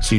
Si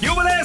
¡Yúbele!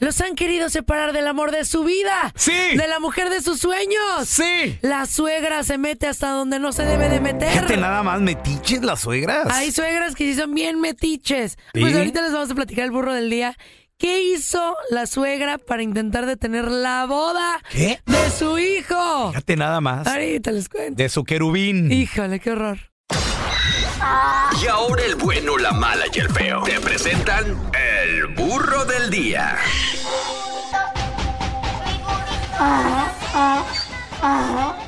Los han querido separar del amor de su vida. Sí. De la mujer de sus sueños. Sí. La suegra se mete hasta donde no se debe de meter. Fíjate nada más, metiches las suegras. Hay suegras que sí son bien metiches. Pues Sí. ahorita les vamos a platicar el burro del día. ¿Qué hizo la suegra para intentar detener la boda ¿Qué? de su hijo? Fíjate nada más. Ahorita les cuento. De su querubín. Híjole, qué horror. Y ahora el bueno, la mala y el feo. Te presentan el burro del día.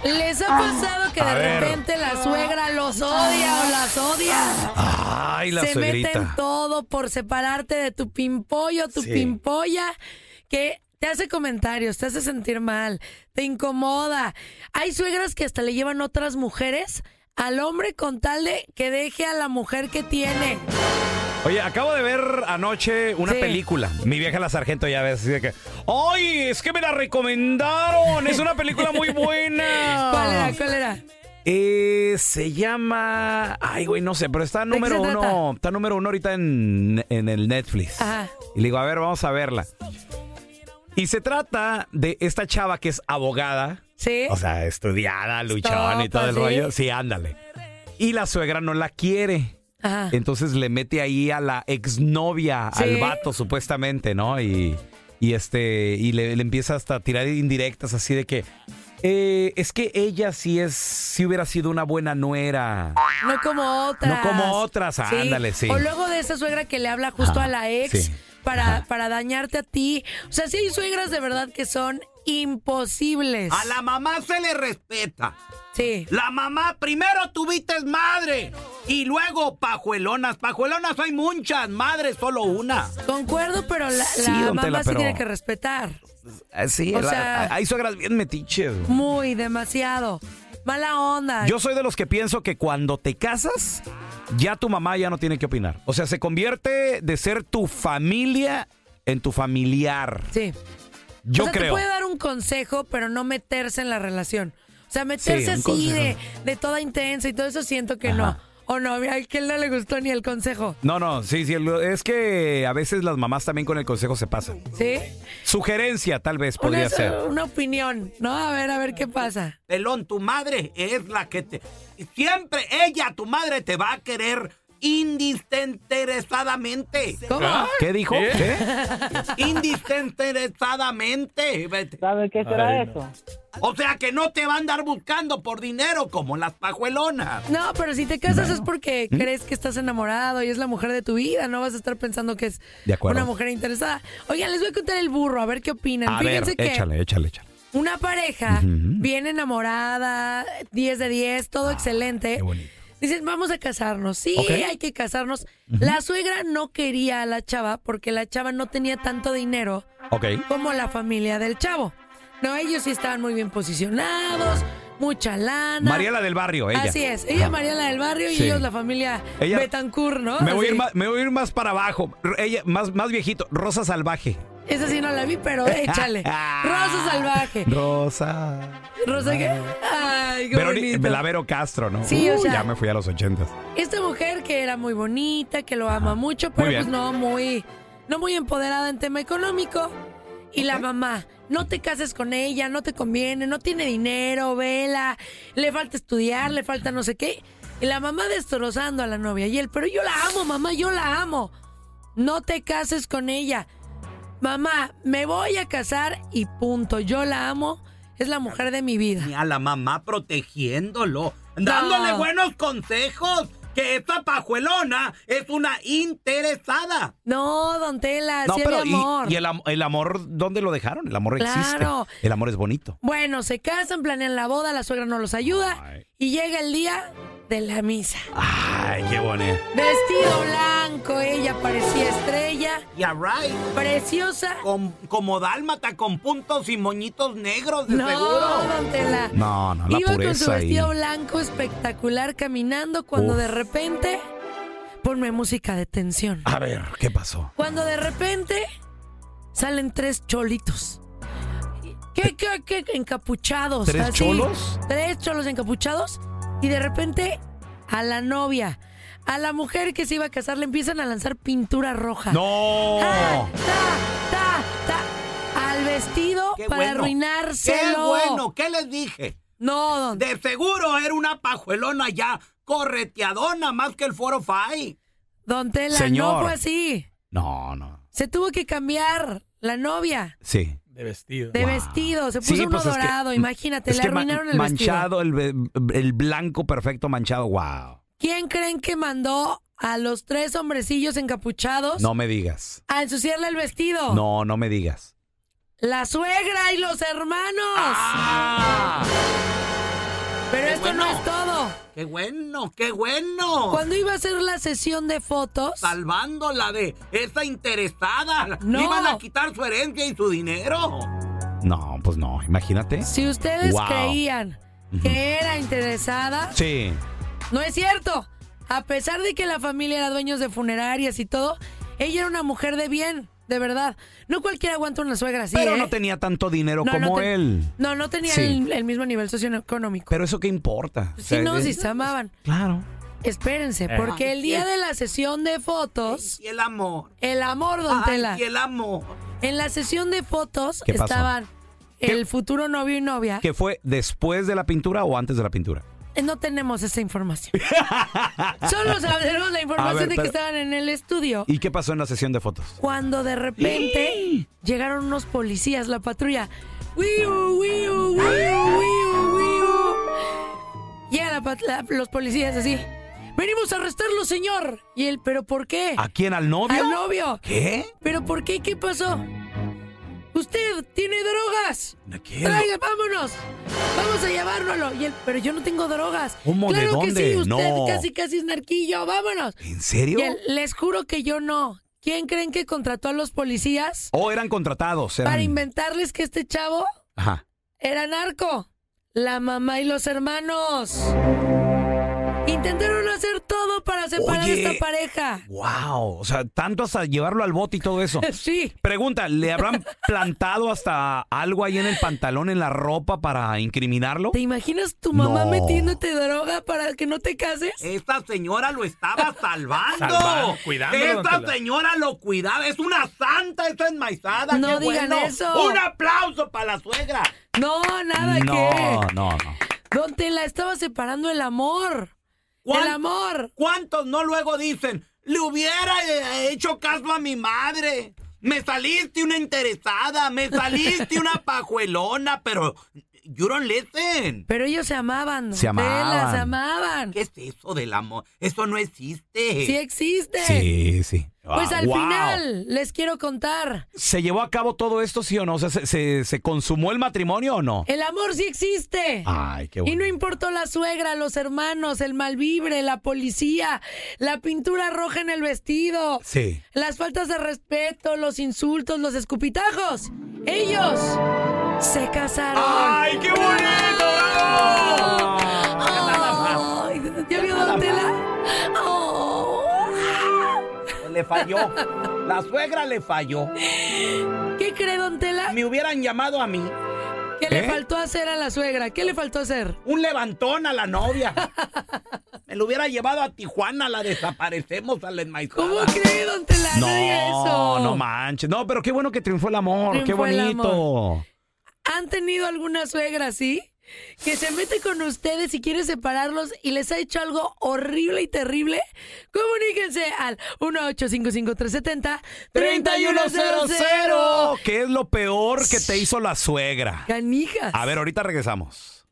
¿Les ha pasado que Ah. A de ver. repente la suegra los odia o las odia? Ay, la Se meten suegrita. todo por separarte de tu pimpollo, tu Sí. pimpolla, que te hace comentarios, te hace sentir mal, te incomoda. Hay suegras que hasta le llevan otras mujeres al hombre con tal de que deje a la mujer que tiene. Oye, acabo de ver anoche una Sí. película. Mi vieja la sargento ya ves. así de que, Ay, es que me la recomendaron. Es una película muy buena. ¿Cuál era? ¿Cuál era? Eh, se llama. Ay, güey, no sé, pero está qué número se trata? uno. Está número uno ahorita en, en el Netflix. Ajá. Y le digo, a ver, vamos a verla. Y se trata de esta chava que es abogada. ¿Sí? O sea, estudiada, luchona y todo el ¿sí? rollo. Sí, ándale. Y la suegra no la quiere. Ajá. Entonces le mete ahí a la exnovia, Ah. Sí. al vato, supuestamente, ¿no? Y, y este. Y le, le empieza hasta a tirar indirectas así de que. eh, es que ella sí es. sí hubiera sido una buena nuera. No como otras. No como otras, ándale, sí. O luego de esa suegra que le habla justo Ajá, a la ex sí. para, Ajá. para dañarte a ti. O sea, sí hay suegras de verdad que son imposibles. A la mamá se le respeta. Sí. La mamá primero tuviste es madre y luego pajuelonas. Pajuelonas hay muchas, madre solo una. Concuerdo, pero la, Sí, la don mamá Tela, se pero- tiene que respetar. Eh, Sí, O la- sea- hay suegras bien metiches. güey. Muy, demasiado. Mala onda. Yo soy de los que pienso que cuando te casas, ya tu mamá ya no tiene que opinar. O sea, se convierte de ser tu familia en tu familiar. Sí. Yo o sea, te creo. puede dar un consejo, pero no meterse en la relación. O sea, meterse un así consejo. de, de toda intensa y todo eso siento que no. Ajá. O no, a él no le gustó ni el consejo. No, no, sí, sí, lo- es que a veces las mamás también con el consejo se pasan. ¿Sí? Sugerencia tal vez podría una, ser. una opinión, ¿no? A ver, a ver qué pasa. Pelón, tu madre es la que te... Siempre ella, tu madre, te va a querer indisinteresadamente. ¿Cómo? ¿Qué dijo? ¿Qué? Indisinteresadamente. vete. ¿Sabe qué será eso? O sea que no te va a andar buscando por dinero como las pajuelonas. No, pero si te casas es porque ¿Mm? crees que estás enamorado y es la mujer de tu vida. No vas a estar pensando que es De acuerdo. una mujer interesada. Oigan, les voy a contar el burro, a ver qué opinan. A ver, Fíjense que échale, échale, échale. una pareja bien enamorada, 10 de 10, todo excelente. Ah, qué bonito. Dicen, vamos a casarnos. Sí, Ok. hay que casarnos. La suegra no quería a la chava porque la chava no tenía tanto dinero. Ok. como la familia del chavo. No, ellos sí estaban muy bien posicionados, mucha lana. María la del barrio, ella. Así es, ella Ah. María la del barrio y Sí. ellos la familia Ella- Betancourt, ¿no? Me voy, a ir Así. más, me voy a ir más para abajo. R- Ella, más, más viejito, Rosa Salvaje. Esa sí no la vi, pero échale. Rosa Salvaje. Rosa. Rosa que. Ay, qué Veroni- bonito. la Vero Castro, ¿no? Sí, o Uy, sea- ya me fui a los ochentas. Esta mujer que era muy bonita, que lo ama mucho, pero bien. pues no muy, no muy empoderada en tema económico. Y la mamá, no te cases con ella, no te conviene, no tiene dinero, vela, le falta estudiar, le falta no sé qué. Y la mamá destrozando a la novia y él, pero yo la amo, mamá, yo la amo. No te cases con ella. Mamá, me voy a casar y punto. Yo la amo, es la mujer de mi vida. Ni a la mamá protegiéndolo, dándole buenos consejos. Que esta pajuelona es una interesada. No, don Tela, sí había y, amor. y el, am- el amor, ¿dónde lo dejaron? El amor existe. Claro. El amor es bonito. Bueno, se casan, planean la boda, la suegra no los ayuda Ay. y llega el día de la misa. Ay, qué bonito. Vestido blanco, ella parecía estrella, Yeah, right. preciosa. Con- como dálmata con puntos y moñitos negros de No, seguro. don Tela. No, no, la Iba con su pureza ahí. vestido blanco espectacular caminando cuando Uf. de repente ponme música de tensión. A ver, ¿qué pasó? Cuando de repente salen tres cholitos. ¿Qué, qué, qué? Encapuchados. ¿Tres así. cholos? Tres cholos encapuchados. Y de repente a la novia, a la mujer que se iba a casar, le empiezan a lanzar pintura roja. ¡No! Ta, ta, ta, al vestido Qué para bueno. arruinárselo. Qué bueno, ¿qué les dije? No, don. De seguro era una pajuelona ya correteadona más que el Foro Fai. don Tela, no Señor. fue así. No, no. Se tuvo que cambiar la novia Sí. de vestido. Se puso Sí, uno pues es que- dorado, imagínate. es Ah, le que ma- arruinaron el vestido. manchado, el, ve- el blanco perfecto manchado. Wow. ¿Quién creen que mandó a los tres hombrecillos encapuchados No me digas. a ensuciarle el vestido? No, no me digas. La suegra y los hermanos. Ah. Pero esto no es todo. Qué bueno, qué bueno. Cuando iba a hacer la sesión de fotos, Salvándola de esa interesada. No. Le Iban a quitar su herencia y su dinero. No, pues no, imagínate. si ustedes Wow. creían que era interesada, Sí. no es cierto. A pesar de que la familia era dueños de funerarias y todo, ella era una mujer de bien, de verdad. No cualquiera aguanta una suegra así. Pero ¿eh? no tenía tanto dinero No, no como ten- él. No, no tenía Sí. el, el mismo nivel socioeconómico. Pero eso qué importa. O si sea, Pues no, de- si se amaban. Claro. Espérense, Eh. porque el día sí. de la sesión de fotos, Y el amor. el amor, don Ay, Tela. y el amor. En la sesión de fotos ¿Qué pasó? estaban el futuro novio y novia. Eh, ¿Qué fue después de la pintura o antes de la pintura? No tenemos esa información. Solo sabemos la información ver, de que pero- estaban en el estudio. ¿Y qué pasó en la sesión de fotos? Cuando de repente llegaron unos policías, la patrulla. ¡Wiu, wiu, wiu, wiu, wiu! Llegan la pat- la- los policías así. Venimos a arrestarlo, señor. Y él, ¿pero por qué? ¿A quién? ¿Al novio? Al novio. ¿Qué? ¿Pero por qué? ¿Qué pasó? Usted tiene drogas. ¿Qué? Traiga, vámonos. Vamos a llevárnoslo. Y él, pero yo no tengo drogas. ¿Cómo? ¿De Claro que sí, dónde? usted No. casi casi es narquillo. Vámonos. ¿En serio? Y él, les juro que yo no. ¿Quién creen que contrató a los policías ¿O eran contratados? Eran- para inventarles que este chavo Ajá. era narco? La mamá y los hermanos. Intentaron hacer todo para separar Oye. a esta pareja. Wow. O sea, tanto hasta llevarlo al bote y todo eso. Sí. Pregunta, ¿le habrán plantado hasta algo ahí en el pantalón, en la ropa para incriminarlo? ¿Te imaginas tu mamá No. metiéndote droga para que no te cases? Esta señora lo estaba salvando. Salvando, cuidándolo, don Esta Tela. señora lo cuidaba. Es una santa esta enmaizada. No qué digan bueno. eso. Un aplauso para la suegra. No, nada no, que. Ah, no, no. Don Tela estaba separando el amor. ¿Cuán- El amor. ¿Cuántos no luego dicen? Le hubiera eh, hecho caso a mi madre. Me saliste una interesada, me saliste una pajuelona, pero you don't listen. Pero ellos se amaban. don Se amaban. Tela, se amaban. ¿Qué es eso del amor? Eso no existe. Sí existe. Sí, sí. Pues Ah, al wow. final les quiero contar. ¿Se llevó a cabo todo esto, sí o no? O sea, ¿se, se- se consumó el matrimonio o no? El amor sí existe. Ay, qué Eh, Y bueno. no importó la suegra, los hermanos, el malvibre, la policía, la pintura roja en el vestido, Sí. las faltas de respeto, los insultos, los escupitajos. Ellos se casaron. ¡Ay, qué bonito! Ay, ¿Ya vio Don Tela? Oh. Le falló. La suegra le falló. ¿Qué cree Don Tela? Me hubieran llamado a mí. ¿Qué le ¿Eh? faltó hacer a la suegra? ¿Qué le faltó hacer? Un levantón a la novia. Me lo hubiera llevado a Tijuana, la desaparecemos a la enmaizada. ¿Cómo cree Don Tela? No, diga eso. No, no manches. No, pero qué bueno que triunfó el amor. qué Triunfó el bonito. ¿Han tenido alguna suegra así? Que se mete con ustedes y quiere separarlos y les ha hecho algo horrible y terrible. Comuníquense al 1855370-3100. ¿Qué es lo peor que te hizo la suegra? Canijas. A ver, ahorita regresamos.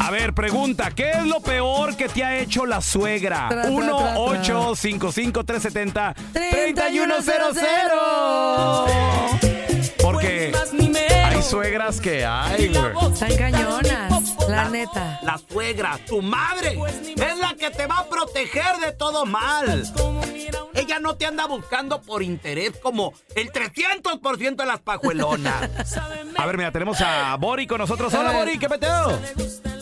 A ver, pregunta, ¿qué es lo peor que te ha hecho la suegra? Tra, tra, tra, tra. Pues 1-855-370-3100. Porque hay suegras que hay, güey. Están cañonas, la neta. La suegra, tu madre, es la que te va a proteger de todo mal. Ella no te anda buscando por interés como el 300% de las pajuelonas. A ver, mira, tenemos a Bori con nosotros. Hola, Bori, ¿qué peteo?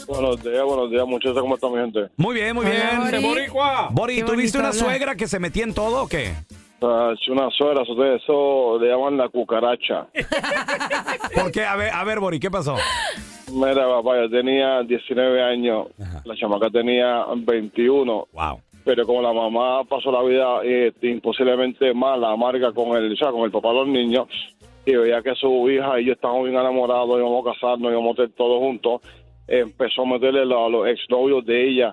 Buenos días, buenos días, muchachos, ¿cómo está mi gente? Muy bien, muy Hola, bien. Bori. Bori, Qué bonito ¿tuviste una habla. suegra que se metía en todo o qué? Ah, si una suegra, ustedes eso le llaman la cucaracha. ¿Por qué? A ver, a ver, Bori, ¿qué pasó? Mira, papá, yo tenía 19 años, Ajá. la chamaca tenía 21, Wow. pero como la mamá pasó la vida eh, imposiblemente mala, amarga con el, o sea, con el papá de los niños, y veía que su hija y yo estábamos bien enamorados, íbamos a casarnos, íbamos a estar todos juntos, empezó a meterle lo- a los exnovios de ella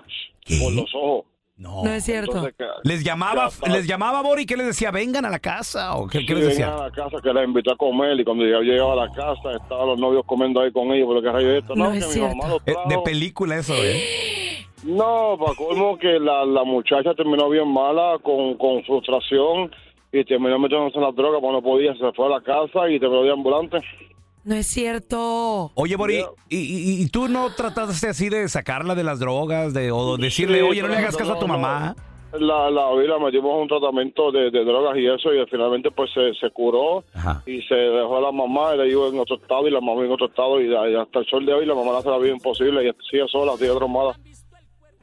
por los ojos. No. No es cierto. Entonces, que- Les llamaba, Ya está. Ah, les llamaba Bori, ¿qué les decía? Vengan a la casa o qué, qué Sí, les venía decía? a la casa que la invitó a comer y cuando yo llegaba a la casa estaban los novios comiendo ahí con ellos por lo que rayo es esto. No que es mi cierto. mamá lo Eh, de trajo. película eso, ¿eh? No, para colmo que la, la muchacha terminó bien mala con, con frustración y terminó metiéndose en las drogas cuando no podía, se fue a la casa y terminó de ambulante. No es cierto. Oye, Bori, ¿y, y, y tú no trataste así de sacarla de las drogas de, o decirle, Sí, oye, no le pero hagas caso a tu no, no. mamá? La, la vi, la metimos a un tratamiento de, de drogas y eso y finalmente pues se, se curó Ajá. y se dejó a la mamá y la llevó en otro estado y la mamá en otro estado y, la- y hasta el sol de hoy la mamá la hace la vida imposible y sigue sola, sigue traumada.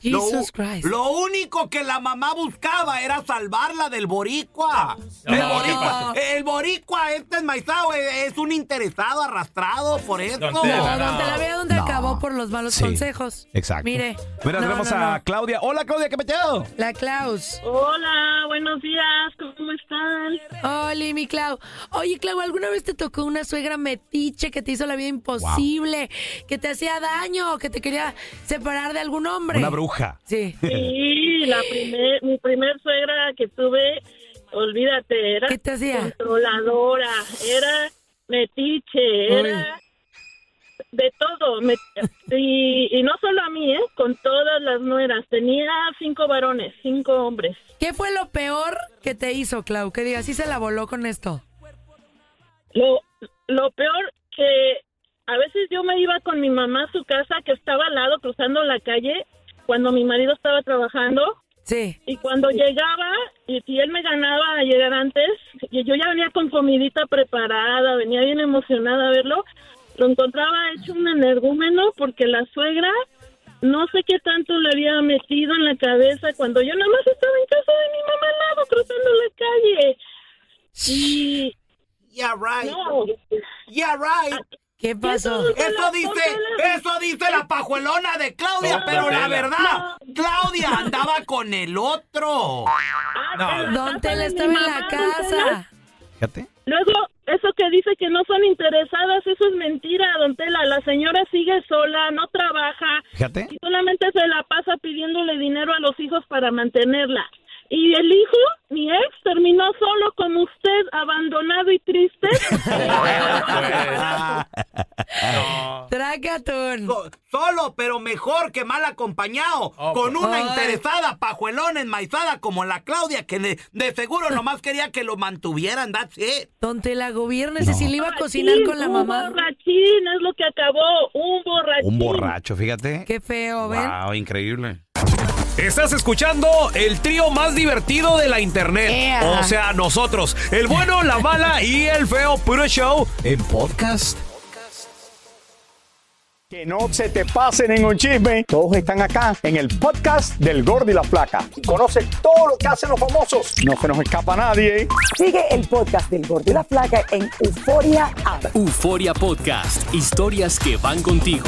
Jesus Christ. Lo único que la mamá buscaba era salvarla del boricua. El No. boricua, el boricua este enmaizado es, es un interesado arrastrado por esto. No, don Tela, vea dónde No. acabó por los malos Sí, consejos. Exacto. Mire. Mira, no, tenemos no, a no. Claudia. Hola, Claudia, ¿qué metido? La Klaus. Hola, buenos días, ¿cómo están? Oli, mi Clau. Oye, Clau, ¿alguna vez te tocó una suegra metiche que te hizo la vida imposible, que te hacía daño, que te quería separar de algún hombre? Una bruja. Sí. Sí, la primer, mi primer suegra que tuve, olvídate, era ¿Qué te hacía? controladora, era metiche, era de todo. me- y, y no solo a mí, ¿eh? con todas las nueras. Tenía cinco varones, cinco hombres. ¿Qué fue lo peor que te hizo, Clau? Que diga, sí se la voló con esto. Lo, lo peor que a veces yo me iba con mi mamá a su casa, que estaba al lado, cruzando la calle, cuando mi marido estaba trabajando. Sí. Y cuando llegaba, y si él me ganaba a llegar antes, y yo ya venía con comidita preparada, venía bien emocionada a verlo, lo encontraba hecho un energúmeno porque la suegra no sé qué tanto le había metido en la cabeza cuando yo nada más estaba en casa de mi mamá al lado, cruzando la calle. Y Yeah, right. no, Yeah, right. ¿Qué pasó? Eso dice, eso dice la pajuelona de Claudia, pero la verdad, Claudia andaba con el otro. no. Don Tela estaba en la casa. Fíjate. Luego, eso que dice que no son interesadas, eso es mentira, don Tela. La señora sigue sola, no trabaja Fíjate. y solamente se la pasa pidiéndole dinero a los hijos para mantenerla. Y el hijo, mi ex, terminó solo con usted, abandonado y triste. Pues. Tracatón. So- solo, pero mejor que mal acompañado, con una Ay. interesada pajuelona enmaizada como la Claudia, que de, de seguro nomás quería que lo mantuvieran, that's it. Don Tela, gobiernese si le iba a cocinar Borrachín, con la un mamá. borrachín, es lo que acabó, un borrachín. Un borracho, fíjate. Qué feo, ¿ven? Wow, increíble. ¿Eh? Estás escuchando el trío más divertido de la internet. Ea. O sea, nosotros, el bueno, la mala y el feo puro show en podcast. Que no se te pase ningún chisme. Todos están acá en el podcast del Gordi y la Flaca. Y conoce todo lo que hacen los famosos. No se nos escapa nadie. ¿eh? Sigue el podcast del Gordo y la Flaca en Euforia App. Euforia Podcast, historias que van contigo.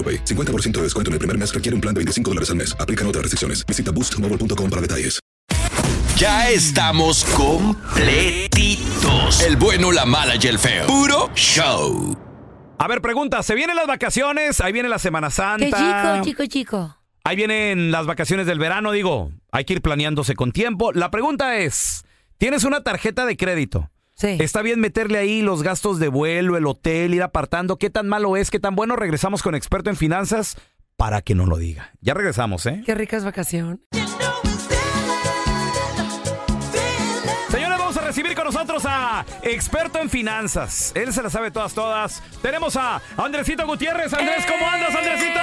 50% de descuento en el primer mes requiere un plan de 25 dólares al mes. Aplican otras restricciones. Visita boostmobile.com para detalles. Ya estamos completitos. El bueno, la mala y el feo. Puro show. A ver, pregunta, se vienen las vacaciones, ahí viene la Semana Qué Santa. chico, chico, chico. Ahí vienen las vacaciones del verano, digo, hay que ir planeándose con tiempo. La pregunta es, ¿tienes una tarjeta de crédito? Sí. ¿Está bien meterle ahí los gastos de vuelo, el hotel, ir apartando? ¿Qué tan malo es? ¿Qué tan bueno? Regresamos con experto en finanzas para que no lo diga. Ya regresamos, ¿eh? Qué ricas vacaciones. Señores, vamos a recibir con nosotros a experto en finanzas. Él se la sabe todas, todas. Tenemos a Andresito Gutiérrez. Andrés, ¡Eh! ¿cómo andas, Andresito?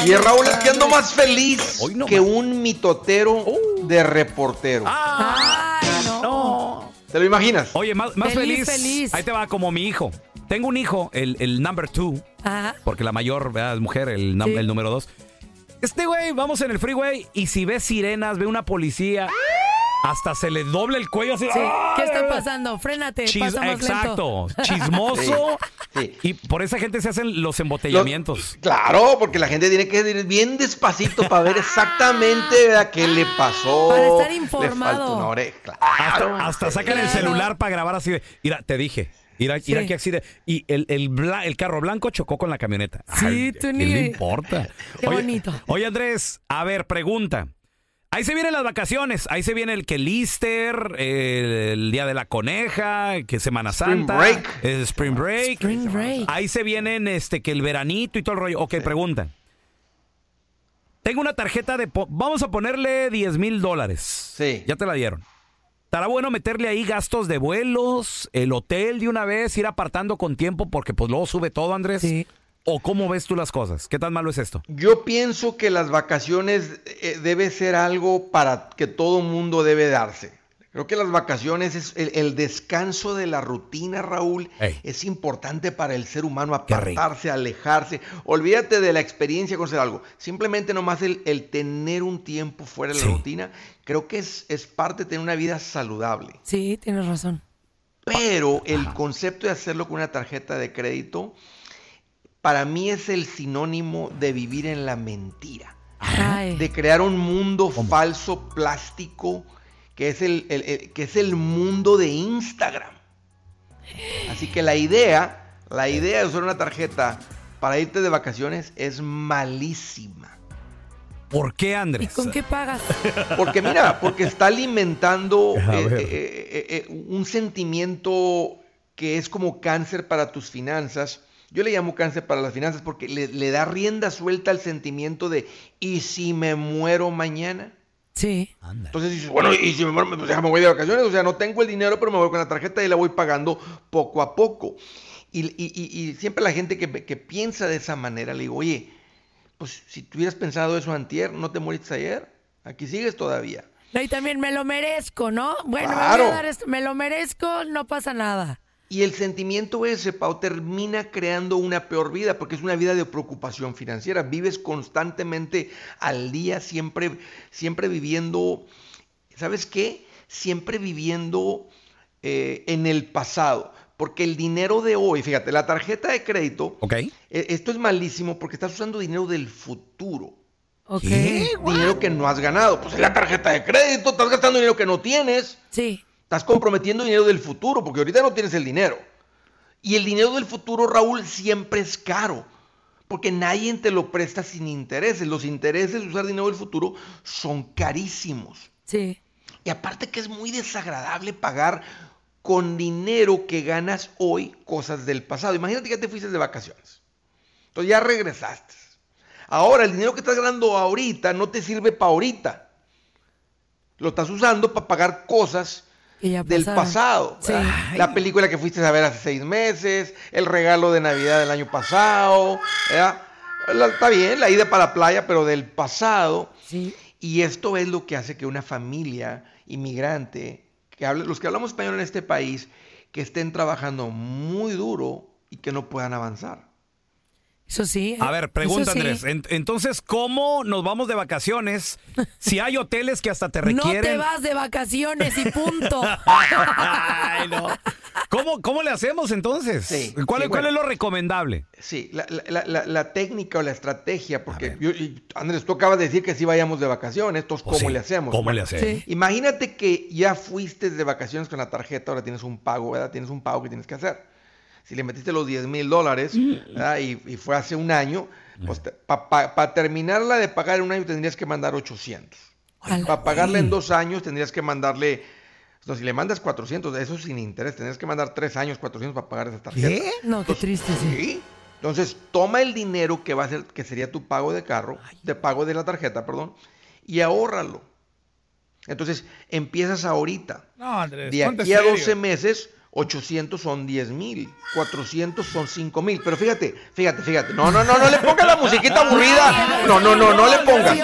Oye, Raúl, es que ando más feliz que un mitotero Oh. de reportero. ¿Te lo imaginas? Ah. Oye, más, más Feliz, feliz, feliz. Ahí te va como mi hijo. Tengo un hijo, el, el number two, Ajá. porque la mayor ¿verdad? es mujer, el, num- Sí. el número dos. Este güey, vamos en el freeway y si ve sirenas, ve una policía, hasta se le doble el cuello así. Sí. ¡ah! ¿Qué está pasando? Frénate, Chis- pasa más exacto, lento. chismoso. Y por esa gente se hacen los embotellamientos. Claro, porque la gente tiene que ir bien despacito para ver exactamente ¿verdad? qué le pasó. Para estar Le informado. falta una oreja. Claro. Hasta, hasta sacan el celular para grabar así de, mira, te dije, mira, mira Sí. qué accidente. Y el, el, bla- el carro blanco chocó con la camioneta. Sí, Ay, tú ¿qué ni- le importa? Qué Oye, bonito. Oye, Andrés, a ver, pregunta. Ahí se vienen las vacaciones, ahí se viene el que Lister, eh, el Día de la Coneja, que Semana Spring Santa, Break. eh, Spring Break. Ahí se vienen este que el veranito y todo el rollo. Ok, pregunta. Tengo una tarjeta de... po- Vamos a ponerle 10 mil dólares. Sí. Ya te la dieron. Estará bueno meterle ahí gastos de vuelos, el hotel de una vez, ir apartando con tiempo porque pues luego sube todo, Andrés. ¿O cómo ves tú las cosas? ¿Qué tan malo es esto? Yo pienso que las vacaciones eh, debe ser algo para que todo mundo debe darse. Creo que las vacaciones es el, el descanso de la rutina, Raúl, es importante para el ser humano apartarse, alejarse. Olvídate de la experiencia con hacer algo. Simplemente nomás el, el tener un tiempo fuera de la rutina, creo que es, es parte de tener una vida saludable. Ah. Sí, tienes razón. Pero el concepto de hacerlo con una tarjeta de crédito, para mí es el sinónimo de vivir en la mentira. De crear un mundo falso, plástico, que es el, el- el- que es el mundo de Instagram. Así que la idea, la idea de usar una tarjeta para irte de vacaciones es malísima. ¿Por qué, Andrés? ¿Con qué pagas? Porque mira, porque está alimentando eh, eh, eh, eh, un sentimiento que es como cáncer para tus finanzas. Yo le llamo cáncer para las finanzas porque le, le da rienda suelta al sentimiento de ¿y si me muero mañana? Sí. Entonces dices, bueno, y si me, muero, pues déjame voy de vacaciones, o sea, no tengo el dinero, pero me voy con la tarjeta y la voy pagando poco a poco. Y, y- y- y siempre la gente que, que piensa de esa manera, le digo, oye, pues si tú hubieras pensado eso antier, ¿no te moriste ayer? Aquí sigues todavía. No, y también me lo merezco, ¿no? Bueno, me, Claro. voy a dar esto, me lo merezco, no pasa nada. Y el sentimiento ese, Pau, termina creando una peor vida, porque es una vida de preocupación financiera. Vives constantemente al día, siempre, siempre viviendo, ¿sabes qué? Siempre viviendo eh, en el pasado. Porque el dinero de hoy, fíjate, la tarjeta de crédito, eh, esto es malísimo porque estás usando dinero del futuro. Dinero que no has ganado. Pues es la tarjeta de crédito, estás gastando dinero que no tienes. Sí. Estás comprometiendo dinero del futuro, porque ahorita no tienes el dinero. Y el dinero del futuro, Raúl, siempre es caro. Porque nadie te lo presta sin intereses. Los intereses de usar dinero del futuro son carísimos. Sí. Y aparte que es muy desagradable pagar con dinero que ganas hoy cosas del pasado. Imagínate que ya te fuiste de vacaciones. Entonces ya regresaste. Ahora, el dinero que estás ganando ahorita no te sirve para ahorita. Lo estás usando para pagar cosas del pasaron. pasado. Ah. ¿verdad? La película que fuiste a ver hace seis meses, el regalo de Navidad del año pasado. ¿verdad? La- está bien, la ida para la playa, pero del pasado. Y esto es lo que hace que una familia inmigrante, que hable- los que hablamos español en este país, que estén trabajando muy duro y que no puedan avanzar. Eso sí. A ver, pregunta Eso sí. Andrés. en- entonces, ¿cómo nos vamos de vacaciones si hay hoteles que hasta te No te requieren? vas de vacaciones y punto. Ay, no. ¿Cómo, cómo le hacemos entonces? Sí, ¿Cuál, sí, cuál bueno. es lo recomendable? Sí, la, la- la- la- la técnica o la estrategia, porque yo- y- Andrés, tú acabas de decir que sí vayamos de vacaciones, entonces ¿cómo Pues sí, le hacemos? ¿cómo le hacemos? Sí. Imagínate que ya fuiste de vacaciones con la tarjeta, ahora tienes un pago, ¿verdad? Tienes un pago que tienes que hacer. Si le metiste los 10 mil dólares ¿verdad? y, y fue hace un año, pues para terminarla de pagar en un año tendrías que mandar 800. Para pagarla en dos años tendrías que mandarle... No, si le mandas 400, eso es sin interés. Tendrías que mandar tres años 400 para pagar esa tarjeta. No, qué triste, sí. Entonces, toma el dinero que va a ser, que sería tu pago de carro, de pago de la tarjeta, perdón, y ahórralo. Entonces, empiezas ahorita. No, Andrés, De ponte aquí a serio. 12 meses, 800 Pues, son 10 mil, 400 son 5 mil. Pero fíjate, fíjate, fíjate. No, no, no, no le ponga la musiquita aburrida. No, no, no, no le pongas.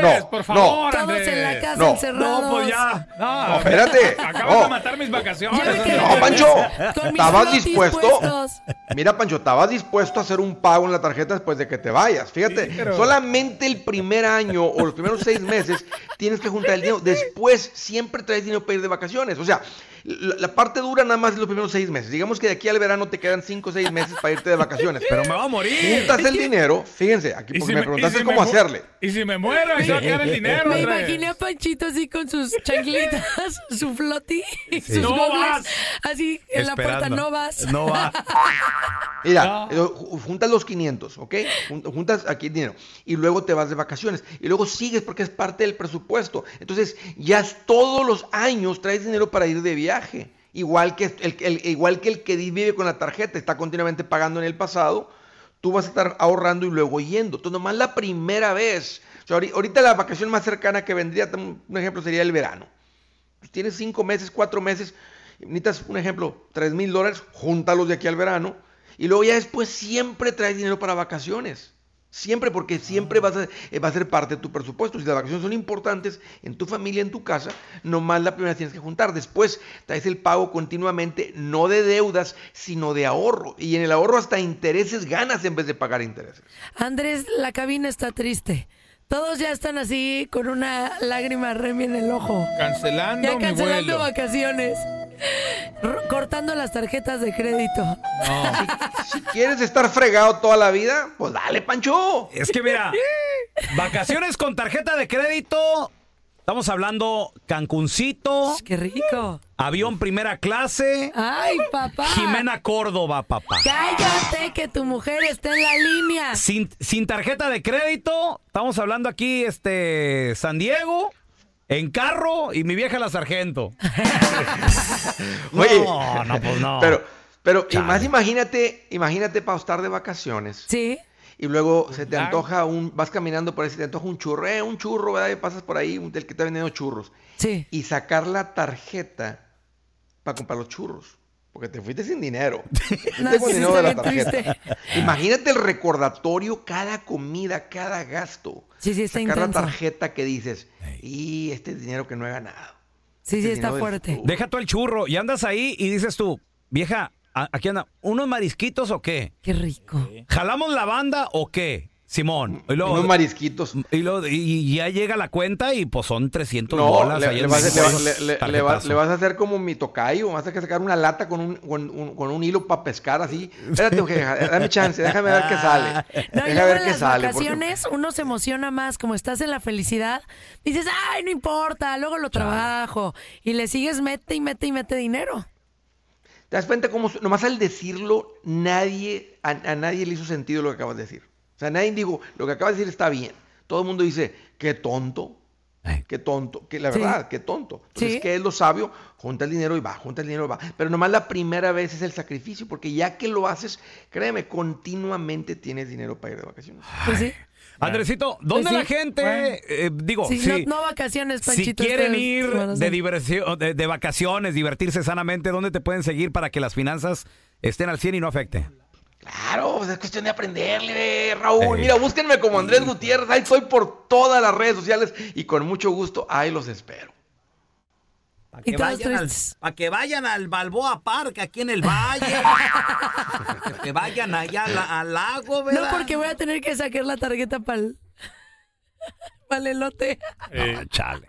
No, por no. favor, Andrés. No. No, pues ya. No, No, espérate. Acabas No. de matar mis vacaciones. No, Pancho, Con mis ¿estabas flotis dispuesto? puestos. Mira, Pancho, ¿estabas dispuesto a hacer un pago en la tarjeta después de que te vayas? Fíjate, pero- solamente el primer año o los primeros seis meses tienes que juntar el dinero. Después siempre traes dinero para ir de vacaciones. O sea, la, la parte dura nada más es los primeros seis meses. Digamos que de aquí al verano te quedan cinco o seis meses para irte de vacaciones. Pero me va a morir. Juntas el dinero, fíjense, aquí ¿Y porque si me me- preguntaste y si me cómo mu- hacerle. Y si me muero, ahí se va a quedar el dinero. Me Andrés. imaginé a Panchito así con sus changlitas, su floti, sus No gogles, vas. así en la puerta, no vas. Mira, eh, ju- juntas los 500, ¿ok? Jun- Juntas aquí el dinero. Y luego te vas de vacaciones. Y luego sigues porque es parte del presupuesto. Entonces, ya es- todos los años traes dinero para ir de viaje. Igual que el, el- igual que, el que di- vive con la tarjeta, está continuamente pagando en el pasado. Tú vas a estar ahorrando y luego yendo. Entonces, nomás la primera vez. O sea, ahori- ahorita la vacación más cercana que vendría, tam- un ejemplo, sería el verano. Pues tienes cinco meses, cuatro meses, necesitas, un ejemplo, tres mil dólares, júntalos de aquí al verano. Y luego ya después siempre traes dinero para vacaciones. Siempre, porque siempre vas a, eh, va a ser parte de tu presupuesto. Si las vacaciones son importantes en tu familia, en tu casa, nomás la primera tienes que juntar. Después traes el pago continuamente, no de deudas, sino de ahorro. Y en el ahorro hasta intereses ganas en vez de pagar intereses. Andrés, la cabina está triste. Todos ya están así con una lágrima remi en el ojo. Cancelando Ya mi cancelando vuelo. vacaciones. R- Cortando las tarjetas de crédito. Si quieres estar fregado toda la vida, pues dale, Pancho. Es que mira, vacaciones con tarjeta de crédito. Estamos hablando Cancuncito. Qué rico. Avión primera clase. Ay, papá. Jimena Córdoba, papá. Cállate que tu mujer está en la línea. Sin, sin tarjeta de crédito. Estamos hablando aquí, este, San Diego. En carro y mi vieja la sargento. Oye, no, no, pues no. Pero, pero y más imagínate, imagínate para estar de vacaciones. Sí. y luego se te antoja un, vas caminando por ahí, se te antoja un churré, un churro, ¿verdad? Y pasas por ahí, un del que está vendiendo churros. Sí. Y sacar la tarjeta para comprar los churros. Porque te fuiste sin dinero. Te fuiste No, con sí dinero de está la bien tarjeta. Imagínate el recordatorio, cada comida, cada gasto. Sí, sí, está Sacar intenso. la tarjeta que dices, y este dinero que no he ganado. Sí, sí, Este está dinero del fuerte. Deja tú el churro y andas ahí y dices tú, vieja, a- aquí anda, ¿unos marisquitos o qué? Qué rico. ¿Jalamos la banda o qué? Simón. Y luego, Unos marisquitos. Y, luego- y- y ya llega la cuenta y pues son 300 No, bolas. le, ahí le en vas, a- le va- México. le- le- le va- le vas a hacer como mi tocayo, vas a sacar una lata con un, con un, con un hilo para pescar así. Espérate, ojeja, dame chance, déjame ver qué sale. No, y déjame luego ver en qué las sale. porque- vacaciones uno se emociona más, como estás en la felicidad, dices, ay, no importa, luego lo trabajo, y le sigues mete y mete y mete dinero. ¿Te das cuenta cómo, su- nomás al decirlo, nadie, a, a nadie le hizo sentido lo que acabas de decir? O sea, nadie dijo, lo que acabas de decir está bien. Todo el mundo dice, qué tonto, qué tonto, que la Sí. verdad, qué tonto. Pues Entonces, Sí. ¿qué Pues es lo sabio? Junta el dinero y va, junta el dinero y va. Pero nomás la primera vez es el sacrificio, porque ya que lo haces, créeme, continuamente tienes dinero para ir de vacaciones. Pues Andresito, ¿dónde Pues sí, la gente, bueno. eh, digo, Sí, sí, no, no vacaciones, Si Panchito. quieren ustedes ir van a de, hacer- diversión, de, de vacaciones, divertirse sanamente, ¿dónde te pueden seguir para que las finanzas estén al 100 y no afecte? Claro, pues, es cuestión de aprenderle, Raúl. eh. Ey. Mira, búsquenme como Andrés Gutiérrez, ahí soy por todas las redes sociales y con mucho gusto, ahí los espero. Para que, vayan al- pa' que vayan al Balboa Park, aquí en el valle. Pa' que vayan allá a la- al lago, No, ¿verdad? porque voy a tener que sacar la tarjeta para el... elote. chale.